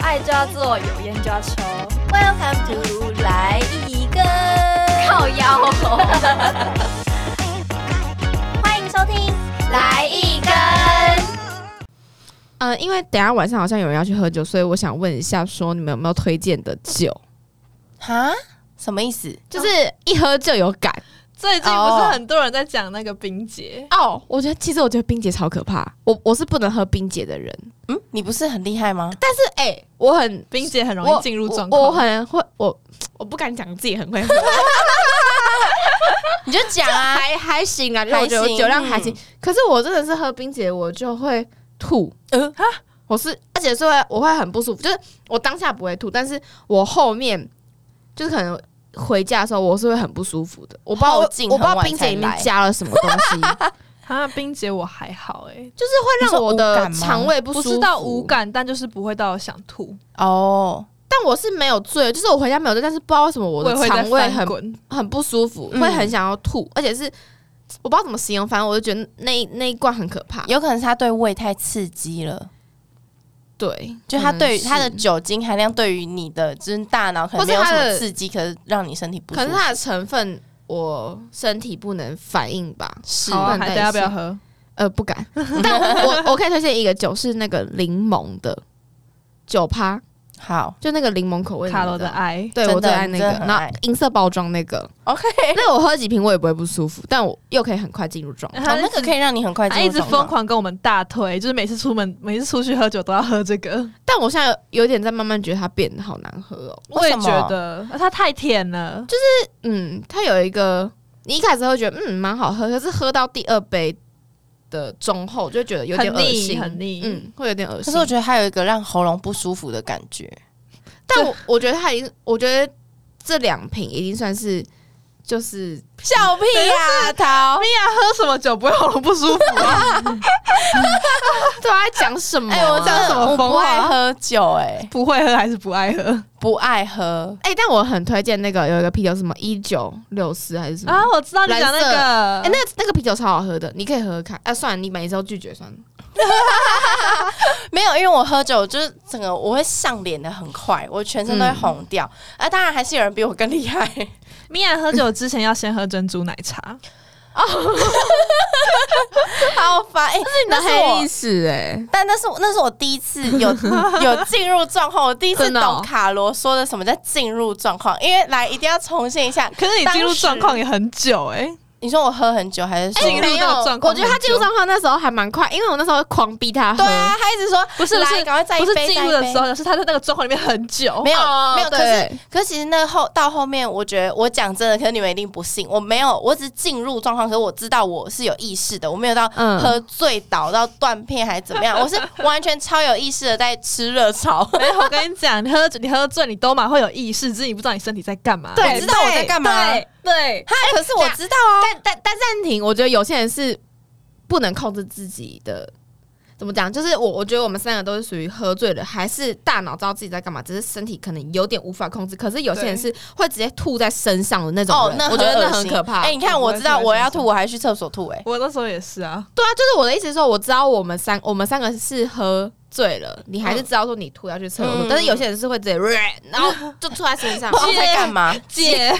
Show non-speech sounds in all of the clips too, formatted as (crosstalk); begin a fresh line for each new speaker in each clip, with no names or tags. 爱就要做，有烟就要抽，
Welcome to 来一根，
靠腰、
(laughs) 欢迎收听来一根。
呃，因为等一下晚上好像有人要去喝酒，所以我想问一下，说你们有没有推荐的酒？
哈，什么意思？
就是一喝就有感
最近不是很多人在讲那个冰姐，
哦。我觉得其实我觉得冰姐超可怕，我我是不能喝冰姐的人，
嗯，你不是很厉害吗？
但是哎、我很
冰姐很容
我
易进入状
我我
况。
很会，我我不敢讲自己很会喝， (laughs)
你就讲啊，
还还行啊，就是我觉得我
还行
酒量还行。
嗯
可是我真的是喝冰姐，我就会吐。
嗯
我是，而且是会我会很不舒服，就是我当下不会吐，但是我后面就是可能回家的时候，我是会很不舒服的。我不知道我
后劲
我不知
很
道
晚
冰姐里
才
面
来
加了什么东西，
(laughs)
啊，冰姐我还好哎、
就是会让我
你说无
的
感吗
肠胃不舒
不
服。
是到无，感，但就是不会到想吐，
哦，
但我是没有醉，就是我回家没有醉，但是不知道为什么我
我也
的
会在
肠胃
翻
很
滚。
很不舒服，
嗯
会很想要吐，而且是我不知道怎么形容，反正我就觉得那那一罐很可怕。
有可能是他对胃太刺激了，
对，
就他对于
可能是
他的酒精含量对于你的就是大脑可能没有
或是
什
它的
么刺激，可是让你身体不舒
可
服。
是它的成分，我身体不能反应吧？是
好、啊，还大家不要喝。
呃，不敢。 (laughs) 但我我可以推荐一个酒，是那个柠檬的酒趴，
好
就那个柠檬口味
卡罗
罗
的。爱，
对，
真的
我最爱那个
你真的，很
然
爱
后银色包装那个，
，OK，
哎
那个我喝几瓶我也不会不舒服，但我又可以很快进入状态。
好，那个可以让你很快
他
进
一
入
直
状况
疯。狂跟我们大推，就是每次出门、每次出去喝酒都要喝这个。
但我现在有有点在慢慢觉得它变得好难喝哦。
我也
为什么
觉得啊它太甜了，就
嗯，它有一个，你一开始会觉得嗯蛮好喝，可是喝到第二杯的中后就觉得有点
很
恶
腻
心，
很腻
嗯，会有点恶
可
心
是。我觉得还有一个让喉咙不舒服的感觉，
但我我觉得它已经，我觉得这两瓶已经算是就是
笑屁呀、桃！
米娅喝什么酒不会喉咙不舒服
(laughs)
啊？
对啊，在讲什么啊、
哎、我
讲什么
我
疯
不
话
爱喝酒、哎，
不会喝还是不爱喝
嗯
不爱喝。
哎、但我很推荐那个有一个啤酒，什么一九六四还是什么？
啊？我知道你讲那个，
哎、那个那个啤酒超好喝的，你可以喝喝看。啊，算了，你每次都拒绝算了。
没有，因为我喝酒就是整个我会上脸的很快，我全身都会红掉。啊，当然还是有人比我更厉害。
米娅喝酒之前要先喝珍珠奶茶，
好烦，哎、那是我，
史哎、
但那是我那是我第一次有有进入状况，我第一次
真的哦
懂卡罗说的什么叫进入状况，因为来一定要重现一下。
可是你进入
当时
状况也很久哎、
你说我喝很久还是说？
哎进入
没有
那个状，况
我觉得他进入状况那时候还蛮快，因为我那时候狂逼他喝。
对啊，他一直说
不是不
来
是
赶快再一
不是
杯，
进
再一
入的
杯
时候，是他在那个状况里面很久
没。有、
哦
没有，可
对
是可是其实那个后到后面，我觉得我讲真的，可是你们一定不信，我没有，我只是进入状况，可是我知道我是有意识的，我没有到
嗯
喝醉倒到断片还怎么样，我是完全超有意识的在吃热炒，
(laughs) 没有，我跟你讲，你喝你喝醉，你都蛮会有意识，只是你不知道你身体在干嘛。
我知道我在干嘛。
对对，
哈，可是我知道啊，
但但但暂停，我觉得有些人是不能控制自己的。怎么讲？就是我，我觉得我们三个都是属于喝醉了，还是大脑知道自己在干嘛，只是身体可能有点无法控制。可是有些人是会直接吐在身上的那种
哦，
人，
那
我觉得那
恶
很
心
可怕。
哎、你看，
我
我
不会
知道
吐在
我要
身
吐，
上
我还去厕所吐、哎，
我那时候也是啊，
对啊，就是我的意思是说，我知道我们三我们三个是喝醉了，你还是知道说你吐要去厕所，
嗯
但是有些人是会直接 (laughs) 然后就吐在身
(laughs)
上，
不
然
知
后
道在干嘛？
(laughs)
姐。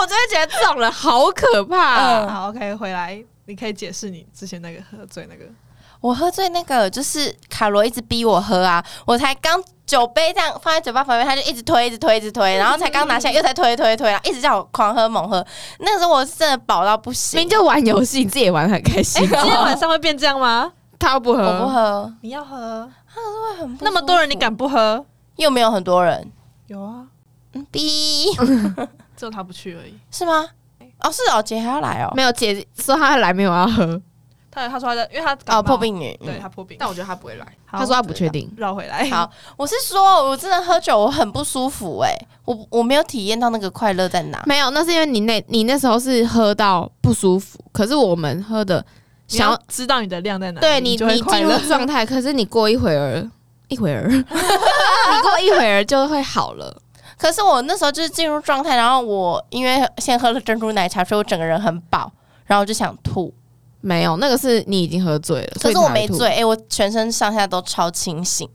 我就会觉得这种人好可怕、啊
嗯
啊好，OK，回来你可以解释你之前那个喝醉那个。
我喝醉那个就是卡罗一直逼我喝啊，我才刚酒杯这样放在嘴巴旁边，他就一直推，一直推，一直推，然后才刚拿下来，又才推推推，然后一直叫我狂喝猛喝。那个时候我是真的饱到不
明明
行，
就玩游戏，你自己也玩得很开心
哎、。
啊
今天晚上会变这样吗？
他不喝，
我不喝，
你要喝，
很不
那么多人你
舒服？
敢不喝？
又没有很多人，
有啊，
嗯逼
只有他不去而已。
是吗？哦，是哦，姐还要来哦，
没有姐说他来没有要喝，
他他说他在，因为他感冒
哦，破，病女，
对
嗯
他破病。
但我觉得他不会来，
好
他说他不确定。
绕回来，
好，我是说，我真的喝酒我很不舒服哎、我我没有体验到那个快乐在哪。
没有，那是因为你那你那时候是喝到不舒服，可是我们喝的
你
想
要
要
知道你的量在哪里，
对你
就会
你
快
进
乐
入。状态，可是你过一会儿一会儿，你过一会儿就会好了。
可是我那时候就是进入状态，然后我因为先喝了珍珠奶茶，所以我整个人很饱，然后我就想吐。
没有，那个是你已经喝醉了，所
可
以
是
你才
我
会
没
吐
醉，哎、我全身上下都超清醒。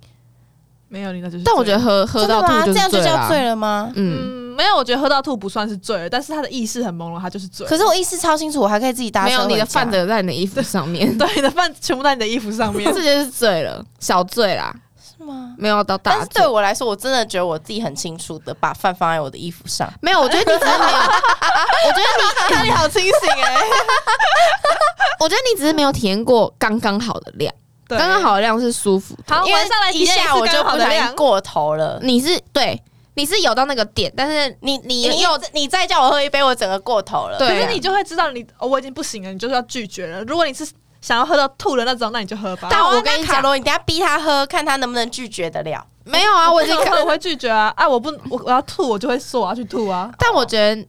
没有，你那就是醉。
但我觉得喝喝
真
到
的
吐
吗？这
是
样就叫
啦
醉。了吗？
嗯，
嗯，没有，我觉得喝到吐不算是醉了，但是他的意识很朦胧，他就是醉了。
可是我意识超清楚，我还可以自己搭车
没有你的
回家
饭的在你的衣服上
(laughs)
面，
对，你的饭全部在你的衣服上面
这。 (laughs) 就是醉了，小醉啦，
是吗？
没有到
但
大
是对
醉。
我来说，我真的觉得我自己很清楚的把饭放在我的衣服上。
没有，我觉得你只是 (laughs) 没有，
那你好清醒哎、
我觉得你只是没有体验过刚刚好的量，
对
刚刚。好的量是舒服的。
(laughs)
好，
因为
晚上来体
一
验
下
次
我就
刚好
不
的
小
量
心过头了。
你是对，你是有到那个点，但是
你你
你
你又你再叫我喝一杯，我整个过头了。
对啊
可是你就会知道你、哦、我已经不行了，你就是要拒绝了。如果你是想要喝到吐的那种，那你就喝
好
吧。
啊
但我跟你
那
讲
卡罗，你等下逼他喝，看他能不能拒绝得了。
没有
(laughs)
啊，我已经
有可能会拒绝啊！啊，我不，我我要吐，我就会说我要去吐啊。
但我觉得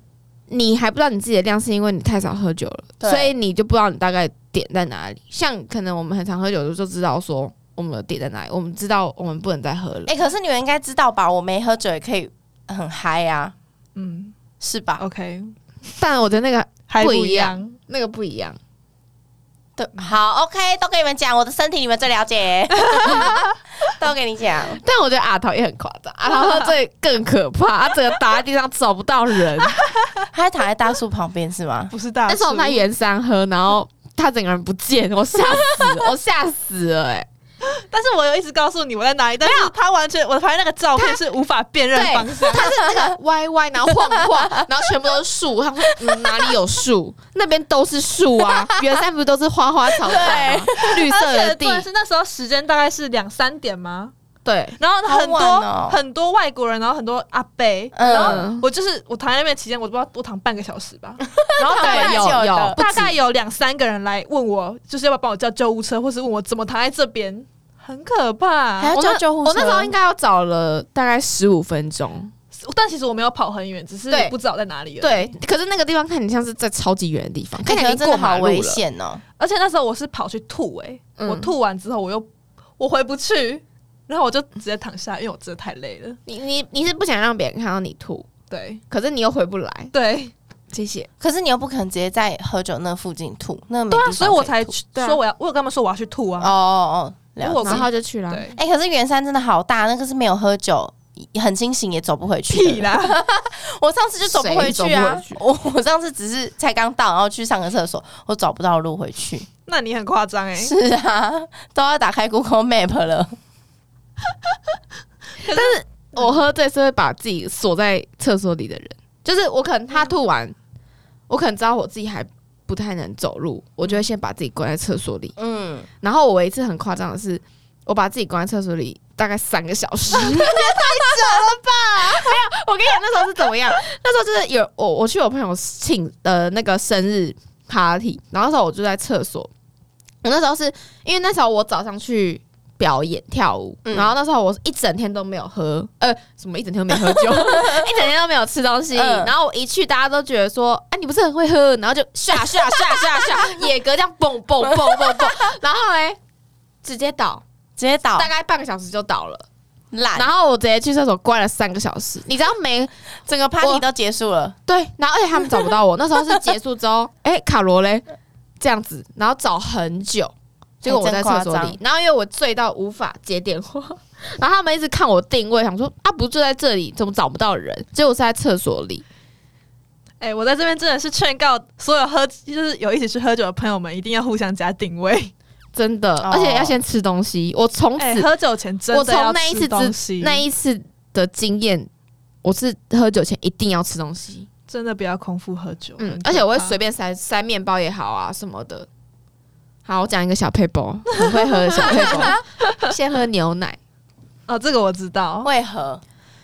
你还不知道你自己的量，是因为你太少喝酒了，
对
所以你就不知道你大概点在哪里。像可能我们很常喝酒的时候就知道说我们的点在哪里，我们知道我们不能再喝了。
哎、可是你们应该知道吧？我没喝酒也可以很嗨啊，
嗯
是
哦
吧？
，OK，
但我觉得那个
还
不一
一
样。那个不一样，
对，好，OK，都给你们讲，我的身体你们最
(laughs)
了解，都给你讲。
但我觉得阿桃也很夸张，阿桃喝醉更可怕，他整个倒在地上找不到人。
他还躺在大树旁边是吗？
不是大
那时候我
叔，
们在圆山喝，然后他整个人不见，我吓死
(laughs)
了，我吓死了、哎，
但是我有一直告诉你我在哪里，但是他完全，我发现那个照片是无法辨认
对
方向。
他是那个歪歪，然后晃晃，然后全部都是树。他说、嗯、哪里有树？那边都是树啊，圆山不是都是花花草草吗？绿色
而
的
且
地
重，点是那时候时间大概是两三点吗？
对，
然后很多、
好晚哦
很多外国人，然后很多阿伯，
嗯，
嗯，
我就是我躺在那边期间，我不知道多躺半个小时
(laughs)
吧，
然后大概
对
有
有
有
的
不
大
止
概有两三个人来问我，就是要不要帮我叫救护车，或是问我怎么躺在这边，很可
还
怕。
要
我那
叫救护车。
我那时候应该要找了大概十五分钟，
但其实我没有跑很远，只是
对
不知道在哪里而已。
对。可是那个地方看你像是在超级远的地方，看起
看起
来已经
来哎真
过
的
马
好
路
危
了。
险哦。
而且那时候我是跑去吐、欸，
嗯
我吐完之后我又我回不去，然后我就直接躺下，因为我真的太累了。
你你你是不想让别人看到你吐，
对
可是你又回不来，
对
谢谢。
可是你又不可能直接在喝酒那附近吐，那没
对啊，
地方
所以我
可
才
吐
去
对啊
说我要，我有跟他们说我要去吐
哦
啊。
哦哦，了
如果
解
然后他就去了。
对，
哎、可是圆山真的好大，那个是没有喝酒。很清醒也走不回去的
屁啦！
我上次就走不回去啊
谁！
我 (laughs) 我上次只是才刚到，然后去上个厕所，我找不到路
(laughs)
回去。
那你很夸张哎。
是啊，都要打开 Google Map 了。
我喝醉是会把自己锁在厕所里的人，就是我可能他吐完，我可能知道我自己还不太能走路，我就会先把自己关在厕所里。
嗯，
然后我有一次很夸张的是，我把自己关在厕所里大概三个小时，也太久了吧？没有，我跟你讲那时候是怎么样？那时候就是有我我去我朋友庆呃那个生日 party，然后那时候我就在厕所，我那时候是因为那时候我早上去。表演跳舞，
嗯
然后那时候我一整天都没有喝，呃，什么一整天都没喝
(laughs)
酒，一整天都没有吃东西。
嗯
然后我一去，大家都觉得说，啊，你不是很会喝，然后就 (laughs) 下下下下下，野格这样蹦蹦蹦蹦蹦，然后嘞，直接倒，
直接倒
大概半个小时就倒了。
懒，
然后我直接去厕所关了三个小时，你知道没？
整个 party 都结束了。
对，然后而且他们找不到我，那时候是结束之后，哎、卡罗嘞，这样子，然后找很久，结果我在厕所
哎真夸
里，然后因为我醉到无法接电话， (laughs) 然后他们一直看我定位，想说啊，不就在这里，怎么找不到人？结果是在厕所里，
哎、我在这边真的是劝告所有喝，就是有一起去喝酒的朋友们，一定要互相加定
(laughs)
位。
真的，
哦
而且要先吃东西，我从此、
哎、喝酒前真
我
的要
从那一
吃
次
东西，
之那一次的经验，我是喝酒前一定要吃东西。
真的不要空腹喝酒。
嗯
很，可
而且我会
怕
随便塞塞面包也好啊什么的。好，我讲一个小配包，很会喝的小配
(laughs)
包。先喝牛奶，
哦，这个我知道，
为何？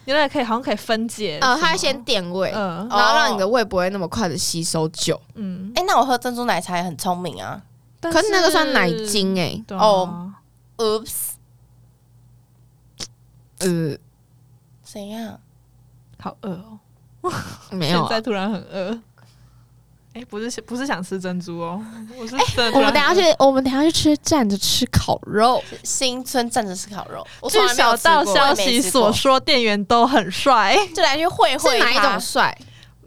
牛奶可以好像可以分解什么。
呃，它会先垫胃，
嗯
然后让你的胃不会那么快的吸收酒。
嗯，
哎、那我喝珍珠奶茶也很聪明啊。
但
可是那个算奶。精哎、
对
哦
哦，
Oops，
呃，
怎样？
好饿哦，
没有
现
啊、
在突然很饿。哎、不是不是想吃珍珠哦，我是真的突
欸我
然
们等一下
很饿
去，我们等一下去吃站着吃烤肉。
新村站着吃烤肉，
我从
据
来没有
小
吃过
道消息所说，店员都没吃过都很帅。
就来去会
是
会
哪一
他
种帅？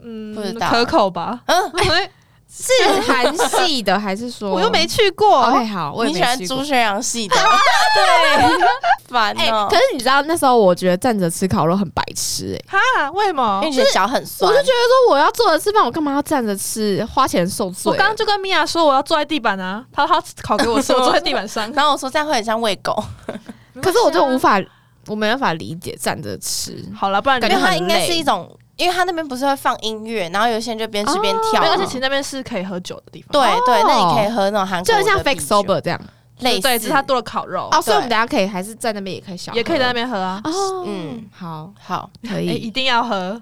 嗯
不知，道
可口吧？
嗯，
哎、
是韩系的还是说？
我又没去过。
OK 好，我也
哦你喜
没
欢
去过
朱。轩
(laughs)
阳系的？对， (laughs) 烦
哎、
哦
可。是你知道那时候我觉得站着吃烤肉很白痴哎、
哈，为什么
因为？你的脚很
我
酸
就觉，得说我要坐着吃饭，我干嘛要站着吃，花钱受罪？
我刚刚就跟米娅说我要坐在地板啊，她她烤给我吃，我坐在地板上。
然后我说这样会很像喂狗，
(laughs) 可是我就无法，我没办法理解站着吃。
(laughs) 好了，不然
感
因
觉
为
很
它应该
累
是一种，因为它那边不是会放音乐，然后有些人就边吃边跳
哦
没有，
嘛。
而且其实那边是可以喝酒的地方。
对对，那
哦
你可以喝那种韩国
就
的
很像
啤
fake
酒
sober 这样
类似，
对，只是它多了烤肉，
哦，所以我们
对
等一下可以还是在那边也可以小喝，
也可以在那边喝啊。
哦，嗯
嗯，
好，
好，
可
哎、
以
一定要喝。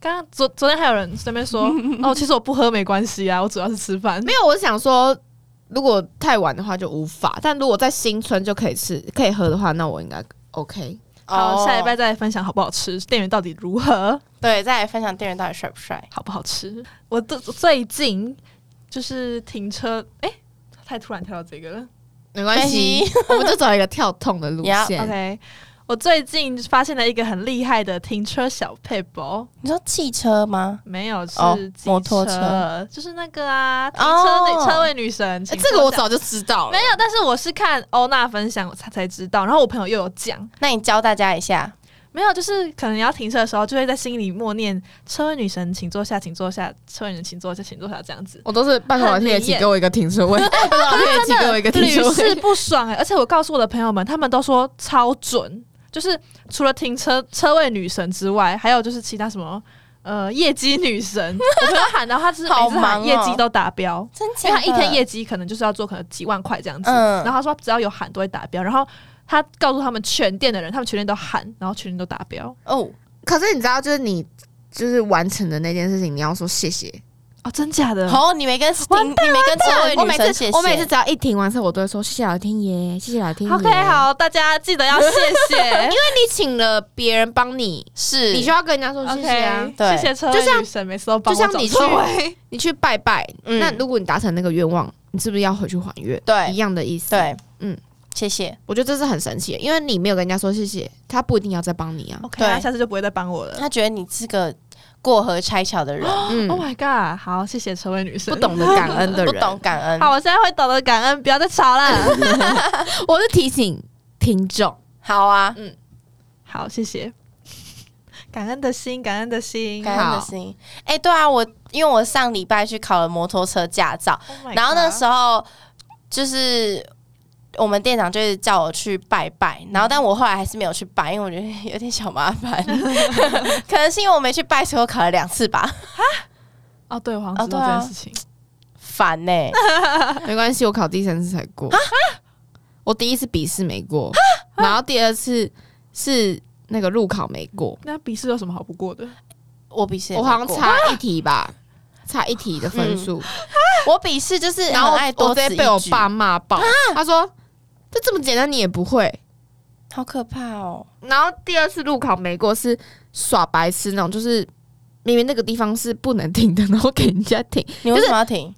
刚刚昨昨天还有人在那
(laughs)
边说，哦，其实我不喝没关系啊，我主要是吃饭。
没有，我是想说，如果太晚的话就无法，但如果在新村就可以吃、可以喝的话，那我应该 OK。
好，
哦
下礼拜再来分享好不好吃，店员到底如何，
对，再来分享店员到底帅不帅。
好不好吃。 (laughs) 我最最近就是停车，哎、太突然跳到这个了。
没关系
没，
我们就走一个跳痛的路
Yeah，
线。
OK，我最近发现了一个很厉害的停车小配博，
你说汽车吗？
没有是、
哦摩托
车
车，
就是那个啊，停车女、
哦
车位女神，
哎
请
这个我
抽奖
早就知道了
没，有，但是我是看欧娜分享我才才知道，然后我朋友又有讲，
那你教大家一下，
没有，就是可能要停车的时候，就会在心里默念“车位女神，请坐下，请坐下，车位女神，请坐下，请坐下”这样子。
我都是拜托老天爷，
很明
请
艳
给我一个停车位，拜托老天爷，请给我一个停
屡
车
试
位。
不爽哎、而且我告诉我的朋友们，他们都说超准，就是除了停车车位女神之外，还有就是其他什么呃业绩女神，我朋友喊到
(laughs)
他是每
好
次喊
忙哦
业绩都达标。
真
因为
假的？
他一天业绩可能就是要做可能几万块这样子，
嗯
然后他说只要有喊都会达标，然后他告诉他们全店的人，他们全店都喊，然后全店都达标。
哦，
可是你知道，就是你就是完成的那件事情，你要说谢谢。
哦，真假的？
好，你没跟停，你没跟车位
我
啊女
每
生谢
次
谢。
我每次只要一停完车，我都会说谢谢老天爷，谢谢老天爷。
OK，好，大家记得要谢谢
(laughs) 因为你请了别人帮你，
是
你就要跟人家说谢谢啊。
，OK，
对
谢谢车位
就像
女神每次都帮
就
我
像
找
你去
车位，
你去拜拜，
嗯
那如果你达成那个愿望，你是不是要回去还愿？一
对
样的意思。，
对，
嗯
嗯，谢谢。
我觉得这是很神奇的，因为你没有跟人家说谢谢，他不一定要再帮你啊。
OK，啊
对
下次就不会再帮我了。
他觉得你是个过河拆桥的人，
嗯
Oh，my god，好，谢谢车位女
(laughs)
神。
不懂得感恩的
哦 (laughs) 不
人，
懂。感恩
(laughs) 好，。我现在会懂得感恩，不要再吵了。
我是提醒听
(laughs)
众，
好啊，
(laughs) 好，谢谢。 (laughs) 感恩的心，感恩的心。
感恩的心。哎，对啊，我因为我上礼拜去考了摩托车驾照，
，Oh
Oh
然后那时
候，
候就是我们店长就是叫我去拜拜，
嗯
然后但我后来还是没有去拜，因为我觉得 (laughs) 有点小麻烦，可能是因为我没去拜，所以我考了两次吧，
哦，对，我好像知道
哦对
这
啊
件事情。
烦呢、
没关系，我考第三次才过。我第一次笔试没过，然后第二次是那个路考没过，
那笔试有什么好不过的？
我笔试也
我
没
好像
过嗯
差一题吧，差一题的分数。
我笔试就是
然后
很爱
我
多
我直
此
接
一
被我
举啊
爸骂爆，他说这这么简单你也不会。
好可怕哦，
然后第二次路考没过是耍白痴那种，就是明明那个地方是不能停的，然 (laughs) 后给人家停，
你为什么要
嗯
停？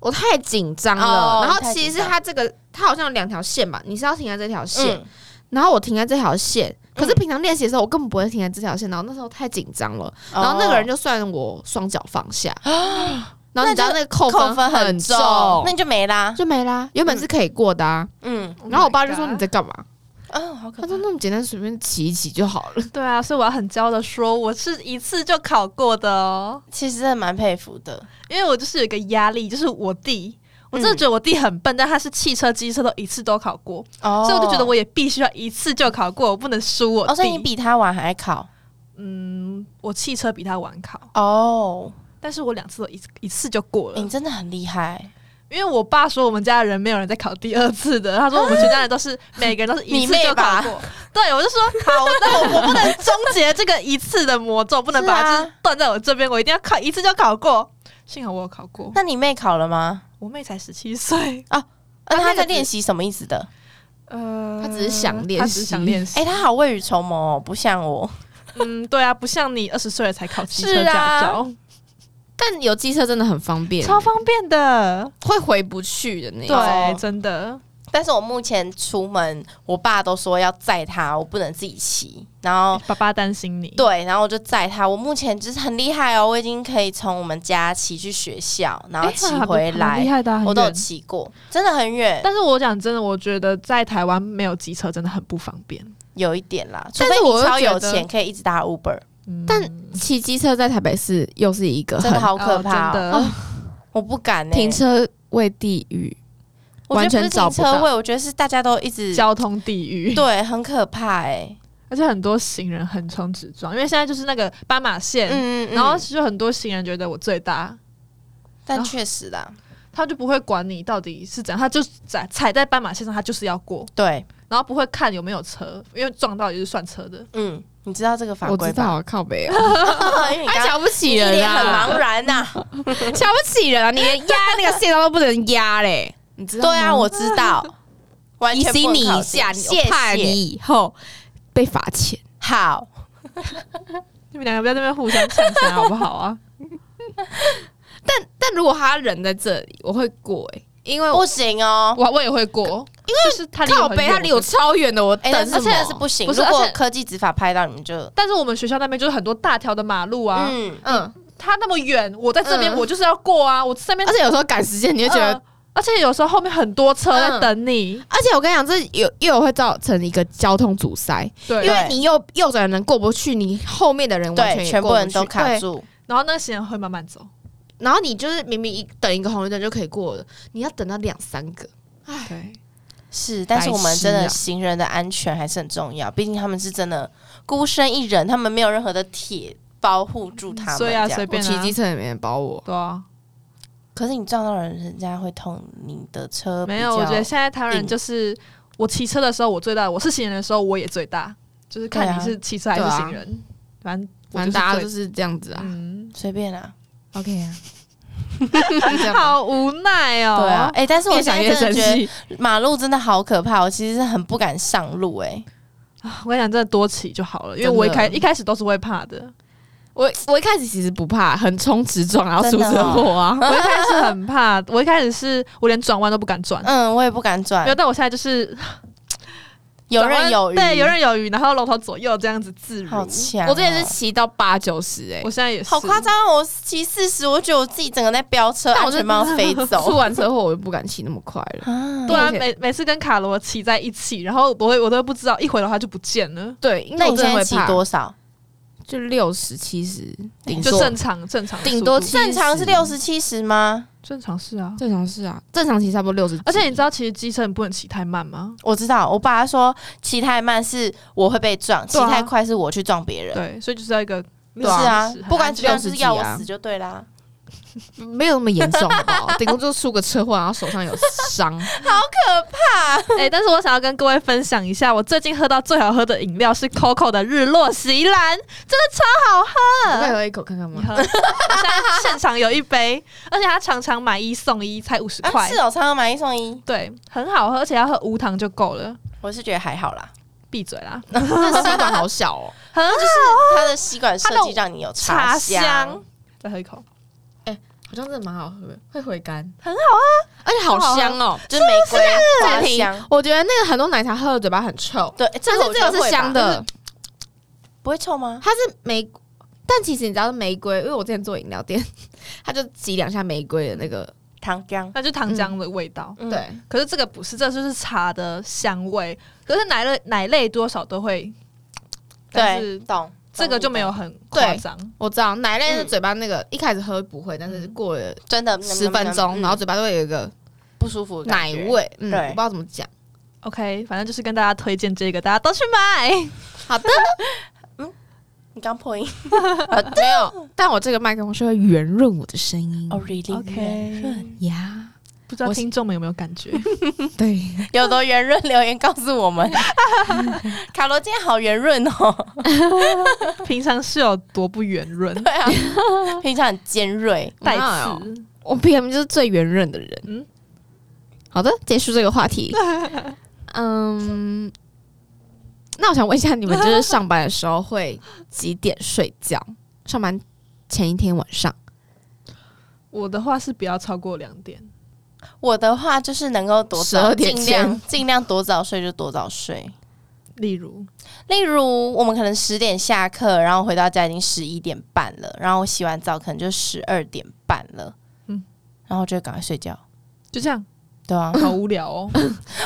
我太紧张了。
哦
然后
太
其
紧
实
张
它这个它好像有两条线吧，你是要停在这条线，
嗯
然后我停在这条线。可是
嗯
平常练习的时候，我根本不会停在这条线。然后那时候太紧张了，
哦
然后那个人就算我双脚放下，然后你知道那个扣
哦啊扣
分
分很
重
重，，那你就没啦。
就没啦。原本是可以过的啊，
嗯，
Oh
然后我爸就说你在 Oh 干嘛？
哦，好可
他
怕
说。那么简单，随便骑一骑就好了。
对啊，所以我要很骄傲的说，我是一次就考过的哦。
其实真的蛮佩服的，
因为我就是有一个压力，就是我弟，我真的觉得我弟很笨，但他是汽车、机车都一次都考过，
哦
所以我就觉得我也必须要一次就考过，我不能输我弟。
哦，所以你比他晚还考
嗯，我汽车比他晚考，
哦，
但是我两次都一一次就过了，
你真的很厉害，
因为我爸说我们家人没有人在考第二次的，他说我们全家人都是每个人都是一次就
(laughs)
考
你妹
过。对，我就说好，那我我不能终结这个一次的魔咒，不能把
是
它
啊
就是断在我这边，我一定要考一次就考过。幸好我有考过，
(laughs) 那你妹考了吗？
我妹才十七岁，
那
那
她
个
在
只
练习什么意思的？
呃，
他只是想练习
他只是想练习。
哎、她好未雨绸缪哦，不像我。
嗯，对啊，不像你二十岁了才考汽车
是啊
驾照，
但有机车真的很方便，
超方便的。
会回不去的那一种。
对，
哦
真的。
但是我目前出门，我爸都说要载他，我不能自己骑。然后
爸爸担心你，
对，然后我就载他。我目前就是很厉害哦，我已经可以从我们家骑去学校，然后
哎，
骑
那还不
啊回
蛮
来，
厉害的啊，很
我都有
远
骑过，真的很远，
但是我讲真的，我觉得在台湾没有机车真的很不方便。
有一点啦。除
但是
非你
我又
超
觉
有
得
钱，可以一直搭 (laughs) Uber，
嗯
但骑机车在台北市又是一个
真
很
的好可怕、
哦真
哦，
的。
我不敢欸呢、
停车位地狱。
我觉得不是
完全找
停
不到
车位，我觉得是大家都一直
(laughs) 交通地狱，
对，很可怕哎、
而且很多行人横冲直撞，因为现在就是那个斑马线，
嗯，嗯
然后
嗯
就很多行人觉得我最大，
啊
但确实啦，
他就不会管你到底是怎样，他就踩踩在斑马线上，他就是要过，
对，
然后不会看有没有车，因为撞到也是算车的。
嗯，你知道这个法
我
规
知
吧？
道，靠北哦，
(laughs) 因为你
他
刚
瞧不起
一
人
脸很
啊，
茫然呐、
(laughs) 瞧不起人啊！你连压那个线道都不能压嘞，你知道
对
吗？
啊，我知道，完
提
全不
醒你
能靠
一
近
下，你
谢
我怕
谢。
你以后被罚钱。
好，
你们两个不要在那边互相抢钱好不好啊？
但如果他人在这里，我会过哎、因为我
不行 (laughs) 哦。
我我也会过，因为就是他离我
靠
很
北，
远
他离我。超远的，我
哎、
等
那
什
那
么？
现在是不行。
不是
如果
而且
科技执法拍到你们就，
但是我们学校那边就是很多大条的马路啊，
嗯，
嗯，
他那么远，我在这边
嗯
我就是要过啊，我这边
而且有时候赶时间，你就觉得，
嗯而且有时候后面很多车在等你，
而且我跟你讲，这有又有会造成一个交通阻塞，
对
因为你右右转的人过不去，你后面的人完
对，
也
全部
过不
人都
去
卡
对
住。
然后那个行人会慢慢走，
然后你就是明明一等一个红绿灯就可以过了，你要等到两三个。
对，
是，但是我们真
白痴
的
啊
行人的安全还是很重要，毕竟他们是真的孤身一人，他们没有任何的铁保护住他们。
所以啊
这样
随便啊
车也没人保我，
对啊，
可是你撞到人，人家会痛你的车比较。
没有，我觉得现在台湾人
硬
就是我骑车的时候我最大，我是行人的时候我也最大，就是
对
看
啊
你是骑车还
对
是
啊
行人，反正我
反正大家
最
就是这样子啊。
嗯，
随便啊，
OK
(laughs)
啊， (laughs)
好无奈哦，
对啊，，哎、但是我
越
现
想
在
越
真的
生
觉得
气。
马路真的好可怕，我其实是很不敢上路、哎，
(sighs) 我跟你讲，真的多骑就好了，因为
真的
我一开一开始都是会怕的，
我我一开始其实不怕，横冲直撞，然后
(laughs) 真
出
的哦
车祸啊。
我一开始很怕，我一开始是我连转弯都不敢
(laughs)
转，
嗯，我也不敢转
没有，，但我现在就是
游
转
刃
弯
有余，
对，游刃有余，然后龙头左右这样子自如。
好强、啊
我之前是，骑到八九十哎
我，现在也是，
好夸张哦，我骑四十，我觉得我自己整个在飙车，
但
安
我
全
真的
帽飞
(laughs) 出
走
完车祸我就不敢骑那么快了。
啊。
对啊，
而且
每每次跟卡罗骑在一起，然后我会我都不知道，一回头他就不见了，
对，因
(laughs) 那
为我
你
真
现
的会
在骑
怕，
多少？
就六十七十，
顶
就
多
正常正常的速度，
顶多70
正常是六十七十吗？
正常是啊。
正常是啊，正常骑差不多六十。
而且你知道，其实机车你不能骑太慢吗？
我知道，我爸说骑太慢是我会被撞，骑
对啊
太快是我去撞别人。
对，所以就是要一
(laughs)
个
是啊，不管
怎
怎
60
么样，就是要我
几啊
死就对啦。
没有那么严重好不 (laughs) 好？顶多就出个车祸，然后手上有 (laughs) 伤。
哎、但是我想要跟各位分享一下，我最近喝到最好喝的饮料是 Coco 的日落席兰，
我再喝一口看看
你
吗？
喝，我现在现场有一杯，而且它常常买一送一，才五十
啊，
块
是，哦，常常买一送一，
对，很好喝，而且要喝无糖就够了。
我是觉得还好啦。
闭嘴啦！
(laughs) 那吸管好小哦。
很好
它的吸管设计让你有
茶
香
香，，再喝一口，
好像真的蛮好喝的，会回甘，很好啊，而且好香哦。
就是玫瑰花
暂停
香，，
我觉得那个很多奶茶喝的嘴巴很臭，
对，这
但
个
是
我
这
觉得
个是
会吧
香，的，
不会臭吗？
它是玫，但其实你知道是玫瑰，因为我之前做饮料店， (laughs) 它就挤两下玫瑰的那个，
糖浆，
那就糖浆的味道。
嗯，
对，
可是这个不是，这就是茶的香味。可是奶类奶类多少都会，但
对，
是
懂。
这个就没有很夸张。
我知道奶类的嘴巴那个一开始喝不会，但是过了
懂真的
十分钟，
嗯
然后嘴巴都会有一个
不舒服的感
奶
觉，
味，嗯，
对
我不知道怎么
(laughs)
讲。
OK，反正就是跟大家推荐这个，大家都去买。
好的，
你刚 (laughs) 破音啊
没有，但我这个麦克风是会圆润我的声音
哦，really
OK，
呀，
不知道
我
听众们有没有感觉？
对，
有多圆润？留言告诉我
(laughs)
们。卡罗今天好圆润哦，
平常是有多不圆润？
对啊，平常很尖锐。
带
哪有
刺。
我 PM 就是最圆润的人。
嗯
嗯，好的，结束这个话
(laughs)
题。嗯，那我想问一下，你们就是上班的时候会几点睡觉？上班前一天晚上
我的话是不要超过两点，
我的话就是能够多早，
12点
尽量尽量多早睡就多早睡。
例如，
例如，我们可能十点下课，然后回到家已经十一点半了，然后我洗完澡可能就十二点半了，嗯
嗯，
然后就赶快睡觉。
就这样，
对
(laughs)
啊，
好无聊哦。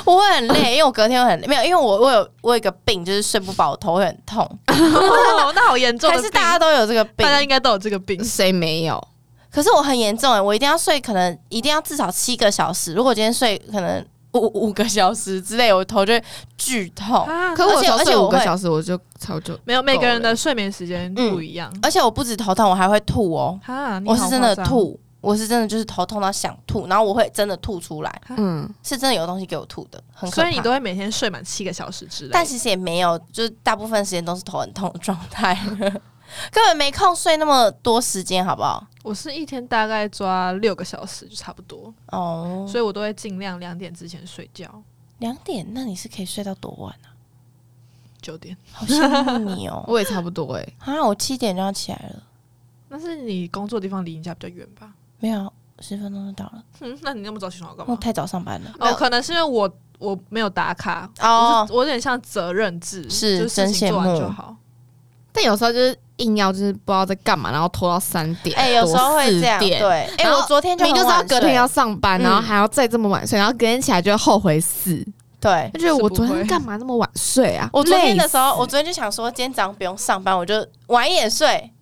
我会很累，因为我隔天会很累，没有，因为我我有我有一个病，就是睡不饱，我头会很痛，
(laughs)
(laughs)
哦那好严重的
还
病，
是大家都有这个病
大？家应该都有这个病。
嗯
谁没有？
可是我很严重哎、我一定要睡，可能一定要至少七个小时。如果今天睡可能五五个小时之类，我头就会剧痛。
啊
可我
而且
有时候
而且
睡
我
五个
会
小时，我就超就
没有每个人的睡眠时间不一样。
而且我不止头痛，我还会吐哦、
哈，你好
嗯我是真的
夸张，
吐，我是真的就是头痛到想吐，然后我会真的吐出来，
嗯，
是真的有东西给我吐的，很可怕。
所以你都会每天睡满七个小时之类的。
但其实也没有，就是大部分时间都是头很痛的状态， (laughs) 根本没空睡那么多时间，好不好？
我是一天大概抓六个小时就差不多，
哦，
所以我都会尽量两点之前睡觉，
两点，那你是可以睡到多晚啊？
九点。
好羡慕你哦！
我也差不多哎、
啊，我七点就要起来了。
但是你工作地方离你家比较远吧？
没有，十分钟就到了。
嗯，那你那么早起床要干
我
嘛？
太早上班了。
哦，可能是因为我我没有打卡，
哦
我是我有点像责任制，
是
就事情
真羡
做
慕
完就好。
但有时候就是硬要就是不知道在干嘛，然后拖到三点，
哎、有时候会这样。
多四点
对，哎、
然后
我昨天就
明明就知道
很晚
隔天
睡
要上班，
嗯
然后还要再这么晚睡，然后隔天起来就会后悔死，
对。
就觉得我
是不
昨
会
天干嘛那么晚睡啊？
我昨天的
累死
时候，我昨天就想说，今天早上不用上班，我就晚一点睡，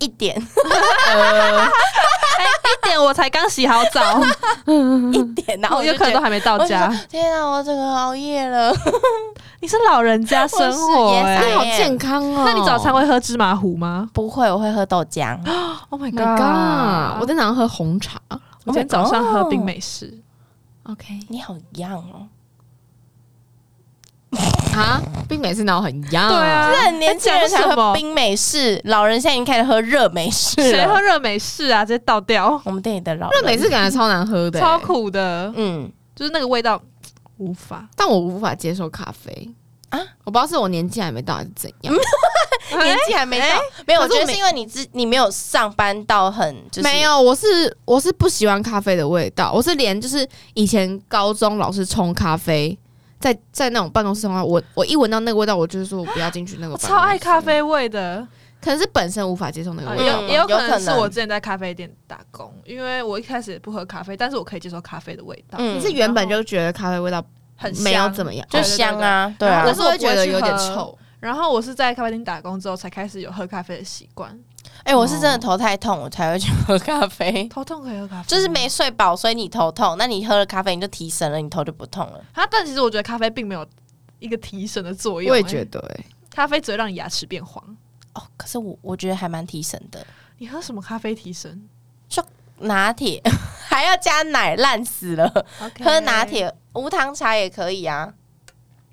一点
一点我才刚洗好
(laughs)
澡，
一点，然后
我
我就
有可
觉
能都
得
还没到
我
家
就。说天啊，我整个熬夜了。
你是老人家生活
我是
哎、
yes，
那好健康哦。
那你早餐会喝芝麻糊吗
不会，我会喝豆浆。
？Oh
Oh
my
？My God！我在早上喝红茶。
我今天早上喝冰美式，
OK
你好样哦，
啊，并没是那种很样。
对啊
哦这很年轻人才
在讲
喝
什么
冰美式，老人现在已经开始喝热美式了。
谁喝热美式啊？直接倒掉，
我们店里的老人
那每次感觉超难喝的、欸
超。苦的，
嗯，
就是那个味道无法。
但我无法接受咖啡
啊
啊，我不知道是我年纪还没到还是怎样。
年纪还没到，没有，我
可是
觉
我
得哎是因为你之你没有上班到很就是
没有，我是我是不喜欢咖啡的味道，我是连就是以前高中老师冲咖啡，在在那种办公室的话，我我一闻到那个味道，我就是说我不要进去那个
我
办公室。
超爱咖，啡味的，
可能是本身无法接受那个
呃
味
也
道
有
吧。
嗯
也有可
有可
能是
能
我之前在咖啡店打工，因为我一开始也不喝咖啡，但是我可以接受咖啡的味道，
嗯
你是原本就觉得咖啡味道
很
没有
香
怎么样，哦
就
对
香啊，对啊
然后
我
但
是
是我
会觉得
不会去
有点
喝
臭。
然后我是在咖啡厅打工之后才开始有喝咖啡的习惯，
哎、我是真的头太痛，我才会去喝咖啡。
头痛可以喝咖啡吗，
(laughs) 就是没睡饱，所以你头痛。那你喝了咖啡，你就提神了，你头就不痛了。
啊，但其实我觉得咖啡并没有一个提神的作用、
我也
欸
觉得、欸，
咖啡只会让你牙齿变黄。
哦，可是我我觉得还蛮提神的，
你喝什么咖啡提神
拿铁 (laughs) 还要加奶，烂死了。
？OK
喝拿，铁，无糖茶也可以啊，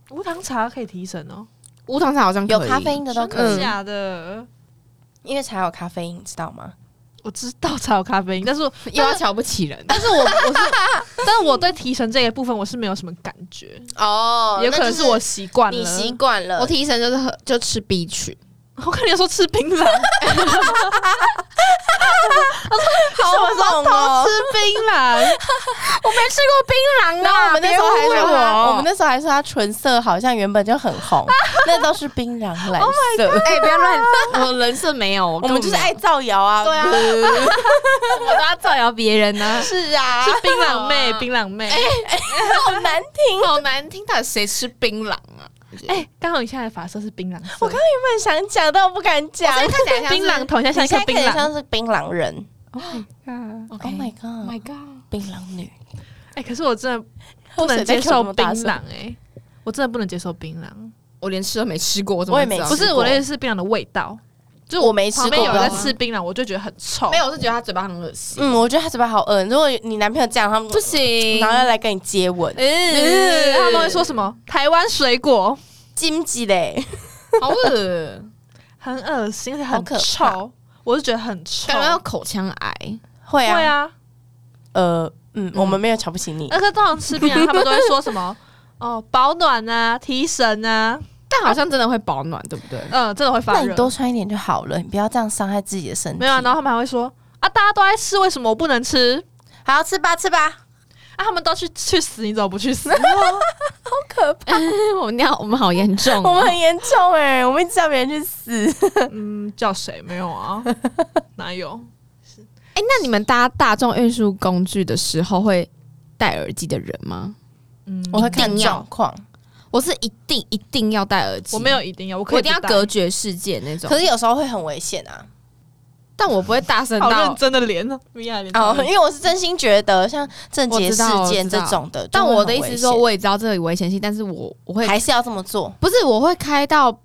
无糖茶可以提神哦，
无糖茶好像
有
可以嗯
咖啡因的都可
真
以，
的假的？
因为茶有咖啡因，你知道吗？
我知道茶有咖啡因，但是
(laughs)
我
(laughs) 又
啊
要瞧不起人。
但是我我是，但是我对提神这个部分我是没有什么感觉，
哦
也有可能是我习惯了。
你习惯
(laughs)
了
我。提神就是喝就吃 B 群，
我看你说吃槟
(laughs)
榔，
(laughs) 好猛哦！
槟榔，
我没吃过槟榔
(laughs)
然后我们那时候还说他，我
我
们那时候还说他唇色好像原本就很 (laughs) 红，那都是槟榔蓝
Oh
(laughs)
色。
哎、不要乱， (laughs) 我人设没有，我
哦我们就是爱造谣啊！
对啊
嗯
(laughs) 我都要造谣别人 (laughs) 呢、
是啊，哎
是槟榔妹，槟榔妹。
(laughs) 好难听。
好难听，到底谁吃槟榔啊？哎、
哎，刚好你现在的发色是槟�榔色，
我刚原本想讲，但我不敢讲。
哎看起来像是
槟榔头，你现在
你
像
现在可
一颗槟
以
榔。
像是槟榔人
OK
，Oh my
my
god，
god，
槟榔女
(laughs) 哎，可是
(laughs)
我真的不能接受槟榔，哎，我真的不能接受槟�ng。
我连吃都没吃过，我怎
我
么
也
会
没
知道
不
吃
是
过
我的意思是槟榔的味道，
就我没吃
旁
过。
边有人在
不知道
吃槟榔，我就觉得很臭。
没有，我是觉得他嘴巴很恶心，
嗯，我觉得他嘴巴好饿。如果你男朋友这样，他们
不行
然。后要来跟你接吻，
嗯，
嗯，
他们会说什么台湾水果
金鸡嘞，
好恶，
很恶心，而且
好
很
可怕
臭，我是觉得很臭。
感觉要口腔癌。
(laughs) 会
对
啊，
啊，
呃，嗯，我们没有瞧不起你
那。个通常吃槟榔，他们都会说什么？哦，保暖啊，提神啊，
但好像真的会保暖，对不对？
嗯，真的会
那
发
你
热。
多穿一点就好了，你不要这样伤害自己的身体。
啊没有啊，然后他们还会说啊，大家都爱吃，为什么我不能吃？
好吃吧，吃吧。
啊，他们都去去死，你怎么不去死？
可怕，
(laughs) 我们尿，我们好严重
我们
哦、
很严重哎、我们一直叫别人去死。
嗯，叫谁？没有啊，哪有？
哎、那你们搭大众运输工具的时候会戴耳机的人吗？
嗯，
(laughs) 我会
看
看状
状
况，
我是一定一定要戴耳机，
我没有一定要，我可以
我一定要
不戴
隔绝世界那种。
可是有时候会很危险啊。
但我不会大声
好认
到，
真的脸呢，米娅脸
哦
超，
(laughs)
认
因为我是真心觉得像郑
我
捷
知
事
道我
件
知
这
道
种的，
但
就会
我的
很
意思
危
是说，
险
我也知道这个有危险性，但是我我会
还是要这么做。
不是我会开到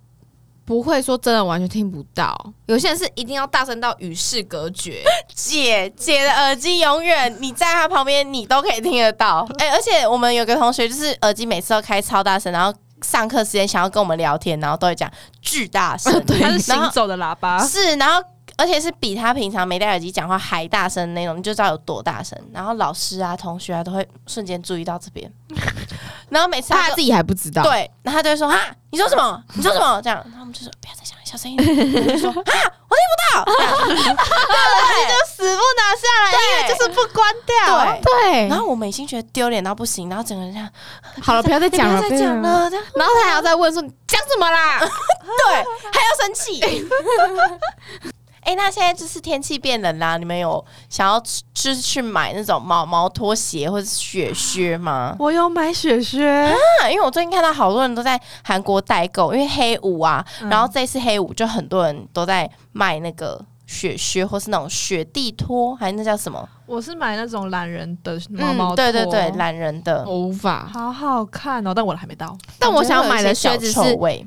不会说真的完全听不到。有些人是一定要大声到与世隔 (laughs) 绝，
姐姐的耳机永远你在她旁边，你都可以听得到。 (laughs) 哎、而且我们有个同学就是耳机每次都开超大声，然后上课时间想要跟我们聊天，然后都会讲巨大声， (laughs)
真他是
然后
行走的喇
啊
叭，
是，然后而且是比他平常没戴耳机讲话还大声那种，你就知道有多大声。然后老师啊、同学啊都会瞬间注意到这
(laughs)
边，然后每次
他
就
自己还不知道。，
对，然后他就会说啊，你说什么？你说什么？这样，然后我们就说不要再讲，小声一点。然后就说啊，我听不到，这样对不对？
死不拿下来
对
是不关
对。
对，
然后我们已经觉得丢脸到不行，然后整个人这样，
好了，不要再
你不
讲
要
了，
再讲
不要。
了，这样
然后他还要再问说你讲什么啦？
对，还要生气。 (laughs) 哎、那现在就是天气变冷啦，你们有想要去就是去买那种毛毛拖鞋或者雪靴吗？
我有买雪靴，
啊，因为我最近看到好多人都在韩国代购，因为黑五啊，
嗯
然后这次黑五就很多人都在卖那个雪靴，或是那种雪地拖，还是那叫什么？
我是买那种懒人的毛毛
嗯，对对
拖
对，懒人的。
(laughs) 我无法。
好好看哦，但我还没到。
但我想买的靴子
感
是
觉会有一些脚臭，味，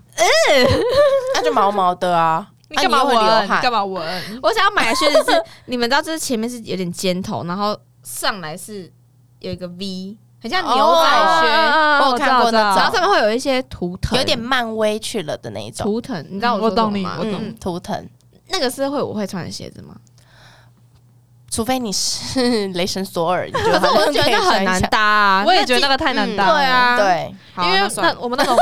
那就毛毛的啊，
呃 (laughs) 你干嘛
啊、你
闻？
又会流
你干
汗？
嘛闻？
我想要买的靴子是， (laughs) 你们知道，就是前面是有点尖头，然后上来是有一个 V，很像牛仔
哦
靴，
我有看过那
然后
种
上面会哦有一些图腾，
有点漫威去了的那一种。
图腾，你知道我
嗯我
说什
懂
么
你
吗
我？懂
嗯，图腾，
那个是会我会穿的鞋子吗？
除非你是雷神索尔，你就
可
(laughs)
是我就觉得很难搭啊，
我也觉得那个太难搭了。
对啊，
嗯对，
好，
因为
算
那
了
我们那种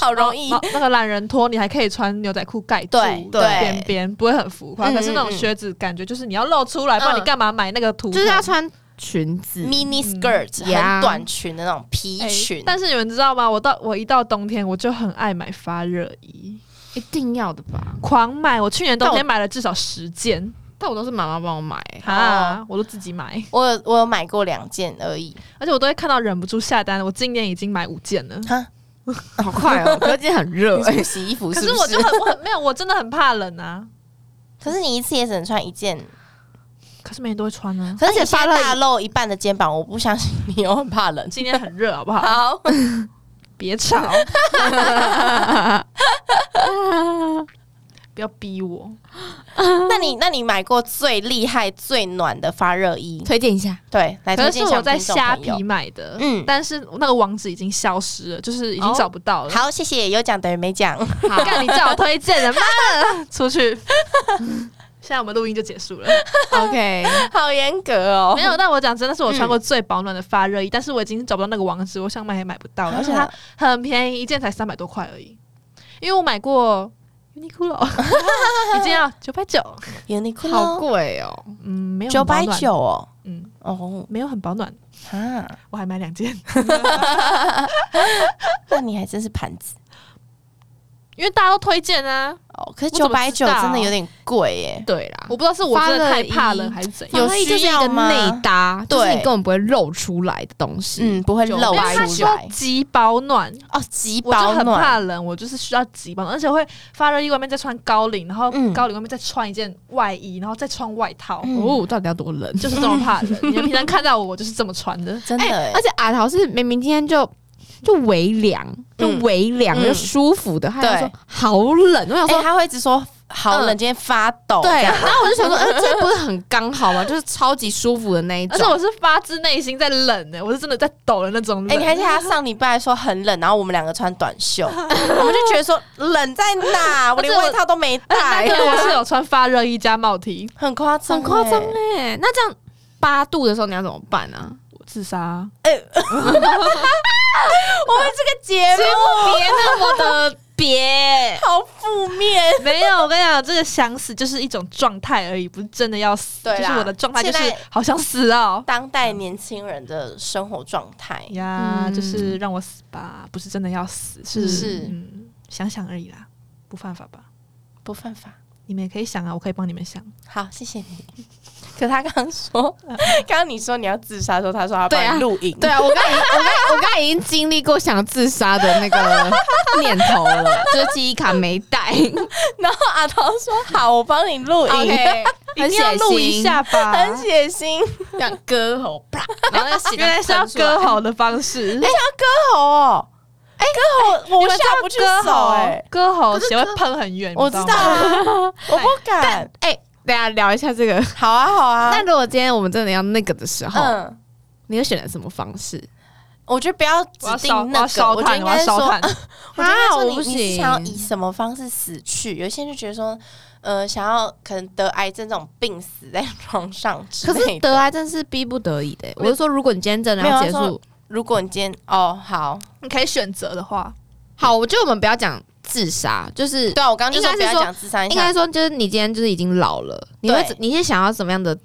好容易
毛那个懒人拖，你还可以穿牛仔裤盖住
对对
边边，不会很浮夸。
嗯
可是那种
嗯嗯
靴子，感觉就是你要露出来，不然
嗯
你干嘛买那个图腾？
就
哎
是要穿裙子，
mini skirt
呀
很短裙的那种皮
嗯哎
裙，
但是你们知道吗？我到我一到冬天，我就很爱买发热衣，
一定要的吧？
狂买。我哦去年冬
但
天买了至少十件
但我都是妈妈帮我买，
啊，我都自己买，
我有我有买过两件而
(laughs)
已，
而且我都会看到忍不住下单。我今年已经买五件了。
(laughs) 好快 (laughs) 哦，可是今天很热
你是不洗衣服
可
是
是
不
我
是
就？很我 (laughs) 很没有，我真的很怕冷啊。
可是你一次也只能穿一件，
可是每天都会穿啊。
可是你现在
发热
大露一半的肩膀，我不相信你又很怕冷。
今天很热，好不 (laughs) 好？
好，
别吵， (laughs) 不要逼我。
(laughs) 那你那你买过最厉害、最暖的发热衣？
推荐一下，
对，来
可
推
是
荐
是
一下
我在
听众
虾
朋友
皮买的，
嗯
但是那个网址已经消失了，就是已经
哦
找不到了。
好，谢谢，有讲等于没
(laughs)
讲。
好，
干你叫我推荐的，妈
(laughs)
的，出去！ (laughs) 现在我们录音就结束了。
OK，
好严格哦
没，有，但我讲真的是我穿过最保暖的发热衣，但是我已经找不到那个网址，我想买也买不到
啊
了，而且它很便宜，一件才三百多块而已。因为我买过
(laughs)
(laughs) Uniqlo，一件要九百九，
Uniqlo
好贵哦，
嗯，没有
九
很保
百
暖
九，哦，
嗯，
哦
没有很保暖，
哈，
我还买两件，
那你还真是盘 (laughs) 子
(laughs) 因为大家都推荐啊。
哦。可是
我
九
怎么
百
知
九
道啊
真的有点贵耶，
对啦，
我不知道是我真的太怕
发热
冷
衣
还是怎样，
有
有需
需
要
要
一个
吗
内搭，就是
对
你根本不会露出来的东西。
嗯，，不会露
因为他
出
说
来
极保暖，
哦，极
我就
保
很
暖。
怕冷，我就是需要极保暖，而且会发热衣外面再穿高领，然后
嗯
高领外面再穿一件外衣，然后再穿外套，
嗯
哦，到底要多冷？
就是这么
(laughs)
怕冷。你们平常看到我，我就是这么穿的。
真的
哎
耶、
而且阿桃是明明今天就就微凉，就
嗯
微凉
嗯
又舒服的，他就说
对
好冷，我想
哎、
说。
他会一直说好冷，
嗯
今天发抖。
对，
这样
然后我就想说，哎，这不是很刚好吗？就是超级舒服的那一
而且
种。
我是发自内心在冷欸呢、我是真的在抖的那种冷。
哎、你还记得他上礼拜说很冷，然后我们两个穿短 (laughs) 袖，我们就觉得说冷在哪？ (laughs) 我连外套都没带
那，个我是有穿发热衣加帽 T，
很夸张、
很夸张欸
哎
哎，那这样八度的时候你要怎么办啊？
我自杀。
我们这个节目
别那么的别，
好负面，
没没有，我跟你讲，这个想死就是一种状态而已，不是真的要死。
对
就
啦
是我的状态就是
现在
好想死哦。
当代年轻人的生活状态。
呀，
嗯
就是让我死吧，不是真的要死，是
是
嗯，想想而已啦，不犯法吧？
不犯法。
你们也可以想啊，我可以帮你们想。
好，谢谢你。 (laughs) 可他刚刚 (laughs) 说，刚刚你说你要自杀的时候，他说他
对啊
帮你录影，
对啊，我刚才已我刚我刚才已经经历过想自杀的那个念头了，就是记忆卡没带。
(laughs) 然后阿桃说好，我帮你录
(laughs)
影
OK，
一
很
定要
血
录一
腥
下吧，
(laughs) 很血腥，
这样割喉啪，然后那个血
(laughs) 原来是要割
喉。
喉的方
(laughs)
式。
哎割喉哦，哎，割喉我下不去手，哎，
割喉
可是
血会
割
喷很远，
我知道啊， (laughs) 我不敢。
哎，等一下聊一下这个。
好啊，好啊，
那如果今天我们真的要那个的时候，
嗯。
你会选择什么方式？
我觉得不要
我要
指
烧，
定
我
那
要
个，
烧
我觉得
炭，
应
我要
该是
烧
说，
炭。
(laughs) 我觉得应该说
啊我不
你你是想要
行
以什么方式死去？有些人就觉得说，呃，想要可能得癌症这种病死在床上之
可
类
是
的。
得癌症是逼不得已的、欸我是说，如果你今天真的要
没
结
有他
束
说，如果你今天哦好，
你可以选择的话，
好，我觉得我们不要讲自杀，就是
对啊，我刚刚就说
应
不
该是
要
说
讲自杀，
应该说，就是你今天就是已经老了，你会
对
你是想要怎么样的？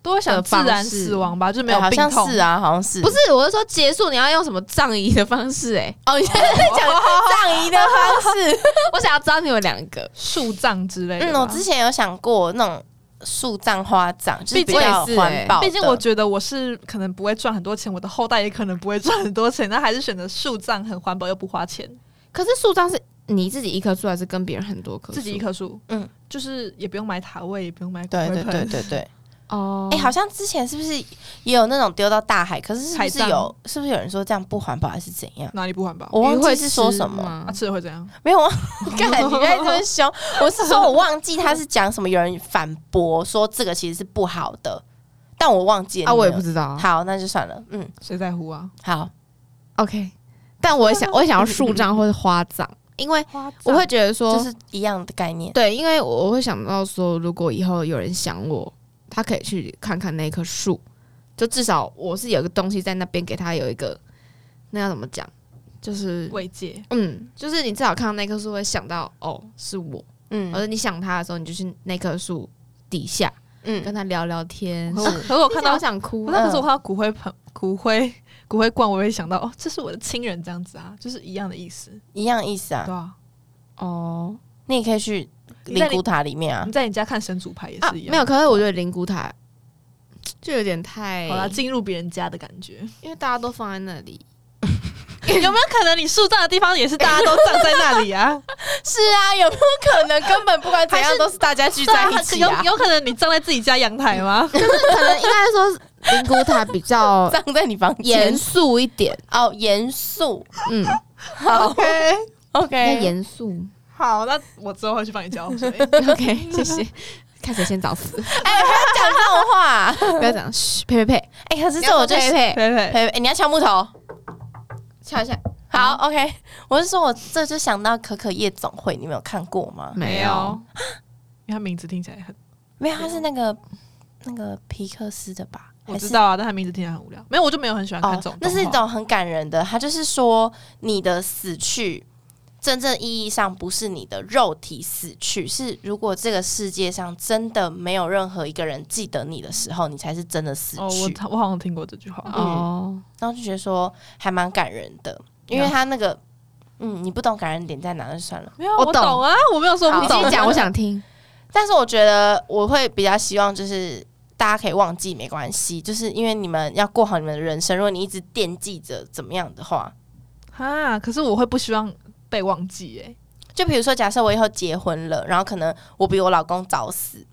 都会想
的
自
方
然
式
死亡吧，就是
没
没
有，
有
好
病
像
痛。
是啊，好像是
不是，我是说结束，你要用什么葬仪的方式、 (laughs) 欸？
哦，你现在 (laughs) 在讲葬仪的方式。
我想要知道你们两个。
树葬之类的吧。
(laughs) 嗯，我之前有想过那种树葬、花葬，就是
毕
比
竟
较
我也是
环保的。
毕竟我觉得我是可能不会赚很多钱，我的后代也可能不会赚很多钱，那还是选择树葬，很环保又不花钱，
可是树葬是你自己一棵树，还是跟别人很多棵树？
自己一棵树，
嗯
嗯，就是也不用买塔位，也不用买骨
对
灰
对
盆
对对对。
哦
哎、好像之前是不是也有那种丢到大海？可是是不
海
是
葬
有是不是有人说这样不环保还是怎样？
哪里不环保？
我
鱼
忘
会
记是说
吃
什么，
吗
啊，吃了会怎样？
没有啊，干你在这么凶。我是说我忘记他是讲什么，有人反驳说这个其实是不好的，但我忘记了
啊，我也
你
不
们有
知道啊。
好，那就算了。嗯，
谁在乎啊？
好，
OK，但我想，我想要树葬或者花葬，因为
花
我会觉得说，
就是一样的概念。
对，因为我我会想到说，如果以后有人想我，他可以去看看那棵树，就至少我是有个东西在那边给他有一个，那要怎么讲？就是
慰藉，
嗯，就是你至少看到那棵树会想到哦是我，
嗯
而你想他的时候，你就去那棵树底下
嗯，
跟他聊聊天。哦
是
可我啊可是我看到
我呃想哭
不是，可是我看到骨灰盆、骨灰、骨灰罐，我会想到哦，这是我的亲人这样子啊，就是一样的意思，
一样意思啊
对。啊。
哦
你也可以去
你
灵
在
骨塔里面啊
你。在你家看神主牌也
啊
是一样，
没有，可是我觉得灵骨塔就有点太
好，啦，进入别人家的感觉。
因为大家都放在那
(laughs)
里，
有没有可能你树葬的地方也是大家都葬在那里啊？
是啊，有没有可能根本不管怎样都是大家聚
对
在
啊
一起啊？
有有可能你葬在自己家阳台吗？
就是可能应该说灵骨塔比
(laughs)
较
葬在你房间
严肃一点，
哦，严肃。
嗯，
(laughs) 好
要
，OK，
严肃。
好，那我之后会去帮你浇
(laughs)
水。
(laughs) OK，谢谢。看谁先找 (laughs) 死，
讲这种话，
不要讲。嘘，呸呸呸！
哎，可是这我就
呸
是，
呸，
佩佩，
哎，你要敲木头。
敲一下。
好，OK，我是说我这就想到可可夜总会，你们有看过吗？
没有，，
因为他名字听起来很，
没有，它是那个那个皮克斯的吧？
我
还是
知道啊，但他名字听起来很无聊。没有，我就没有很喜啊欢看这种
哦，那是一
动画
种很感人的，它就是说你的死去，真正意义上不是你的肉体死去，是如果这个世界上真的没有任何一个人记得你的时候，你才是真的死
哦，
去。
我我好像听过这句话。
哦，
然后就觉得说还蛮感人的，因为他那个。嗯，你不懂感人点在哪就算了。
没有，
我
我懂啊，我没有说
好
不
你
懂
继续
啊。
讲，我想听。
但是我觉得我会比较希望就是大家可以忘记没关系，就是因为你们要过好你们的人生。如果你一直惦记着怎么样的话，
啊，可是我会不希望被忘记哎。
就比如说，假设我以后结婚了，然后可能我比我老公早死，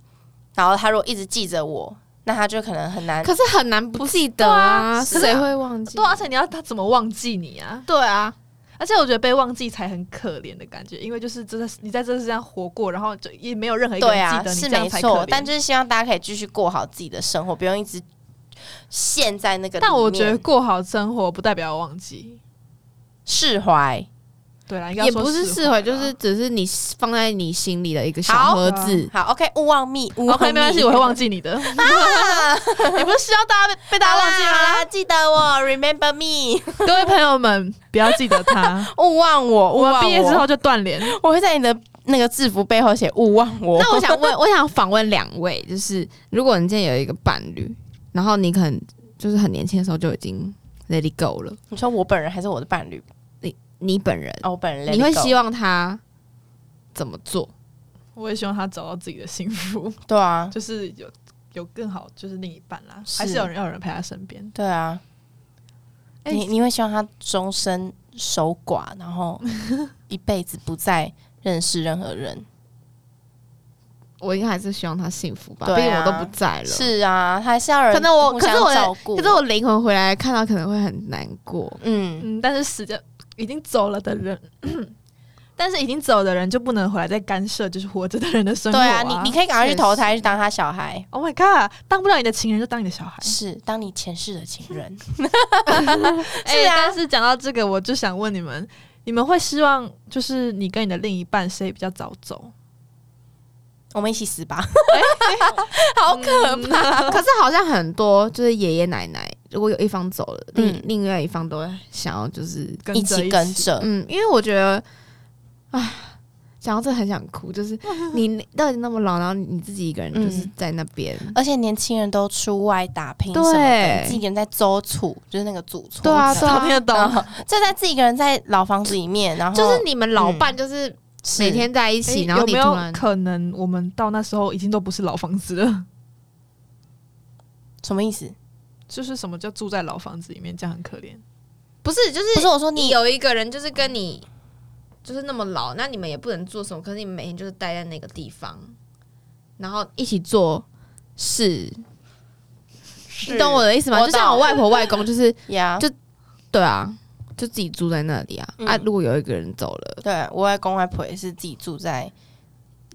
然后他如果一直记着我，那他就可能很难。
可是很难不记得啊，
是啊
谁会忘记？
对，而且你要他怎么忘记你啊？
对啊，
而且我觉得被忘记才很可怜的感觉，因为就是真的是你在这世上活过，然后就也没有任何一个
对
人记
啊，
得你，
是
这
没
样才可怜
错。。但就是希望大家可以继续过好自己的生活，不用一直陷在那个里面。
但我觉得过好生活不代表忘记，
释怀，
对啦，应该
也
说
不是释
吧
怀，就是只是你放在你心里的一个小盒子。
好，OK，勿忘密，勿忘
OK，没关系，
(laughs)
我会忘记你的。你不是希望大家被被大
大家
家忘记
啊
吗？
啦， (laughs) 记得我，Remember me，
各位朋友们，不要记得他，
(laughs) 勿忘我，勿
我
忘
们毕业之后，就断联。
我会在你的那个制服背后写“勿忘我”。
那我想问，我想访问两位，就是如果你今天有一个伴侣，然后你可能就是很年轻的时候就已经 let it go 了，
(laughs) 你说我本人还是我的伴侣？
你本人，
哦，我本人 let it
你
go，
会希望他怎么做？
我也希望他找到自己的幸福， (laughs)
对啊，
就是有有更好，就是另一半啦，
是
还是有人要有人陪他身边。
对啊。
哎
你你会希望他终身守寡，
(laughs)
然后一辈子不再认识任何人？
我应该还是希望他幸福吧，
对啊
毕竟我都不在了。，
是啊，他还是要有人
可能我，
互
可
相
是我
照
的，
顾。
可是我灵魂回来看到可能会很难过。
嗯，
嗯，但是死掉已经走了的人， (clears throat) 但是已经走的人就不能回来再干涉，就是活着的人
嗯
的生活、
对啊，你你可以赶快去
确
投胎
实
去当他小孩，
，Oh my God，当不了你的情人就当你的
嗯
小孩。
是当你前世的情
(laughs)
人。
哎、
啊
但是讲到这个，我就想问你们，你们会希望就是你跟你的另一半谁比较早走？
我们一起死吧！好可怕。
嗯
可是好像很多就是爷爷奶奶，如果有一方走了，另、
嗯
另外一方都会想要就是
跟着
一起跟着，
嗯，因为我觉得，唉，讲到这很想哭，就是你到底那么老，然后你自己一个人就是
嗯
在那边，
而且年轻人都出外打拼什
对
么的，你自己一个人在租厝，就是那个住厝，
对啊
这
对
样
啊
听得懂。
然后就在自己一个人在老房子里面，然后
就是你们老伴就是
是
每天在一
哎
起，然后
有
你
没
突
有
然
可能我们到那时候已经都不是老房子了？ (laughs)
什么意思？
就是什么叫住在老房子里面，这样很可怜。
不是就是
不是我说你
有一个人就是跟你就是那么老，那你们也不能做什么，可是你们每天就是待在那个地方，然后一起做事，你懂我的意思吗？
我
就像我
懂
外婆外公就是
呀
就对啊，就自己住在那里啊、
嗯
啊，如果有一个人走了。
对我外公外婆也是自己住在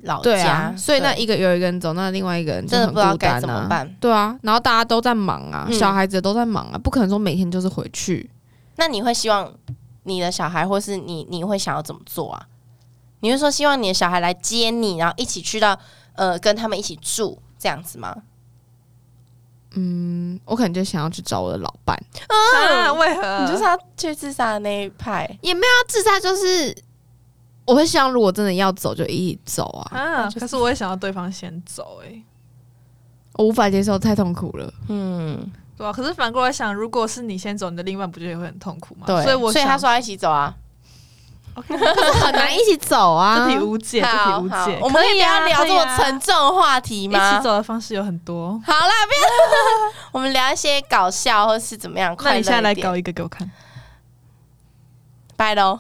老
对
家
啊，，所以那
对
一个有一个人走，那另外一个人就
真的
很
不知道
孤
该
单
怎么
啊
办。
对啊，然后大家都在忙啊，
嗯
小孩子都在忙啊，不可能说每天就是回去。
那你会希望你的小孩，或是你你会想要怎么做啊？你会说希望你的小孩来接你，然后一起去到呃跟他们一起住这样子吗？
嗯，我可能就想要去找我的老伴。
啊，为何？
你就是要去自杀的那一派，
他啊自杀就是，我会希望如果真的要走，就一起走啊。
啊，可是我也想要对方先走、哎，
我无法接受，太痛苦
(laughs)
了。
嗯，
对啊。可是反过来想，如果是你先走，你的另一半不就也会很痛苦吗？
对，
所以我
所以他
想
说要一起走啊，
可是很难一起走啊
(laughs) 这题。无解，这
好
题无
好
解。
我们可以不要
啊
聊
可以
这么
啊
沉重的话题
啊
一
吗
起？走的方式有很多。
好啦，不要， (laughs) 我们聊一些搞笑或是怎么样
那
快乐
你
一
现在
点。
来搞一个给我看。
拜喽。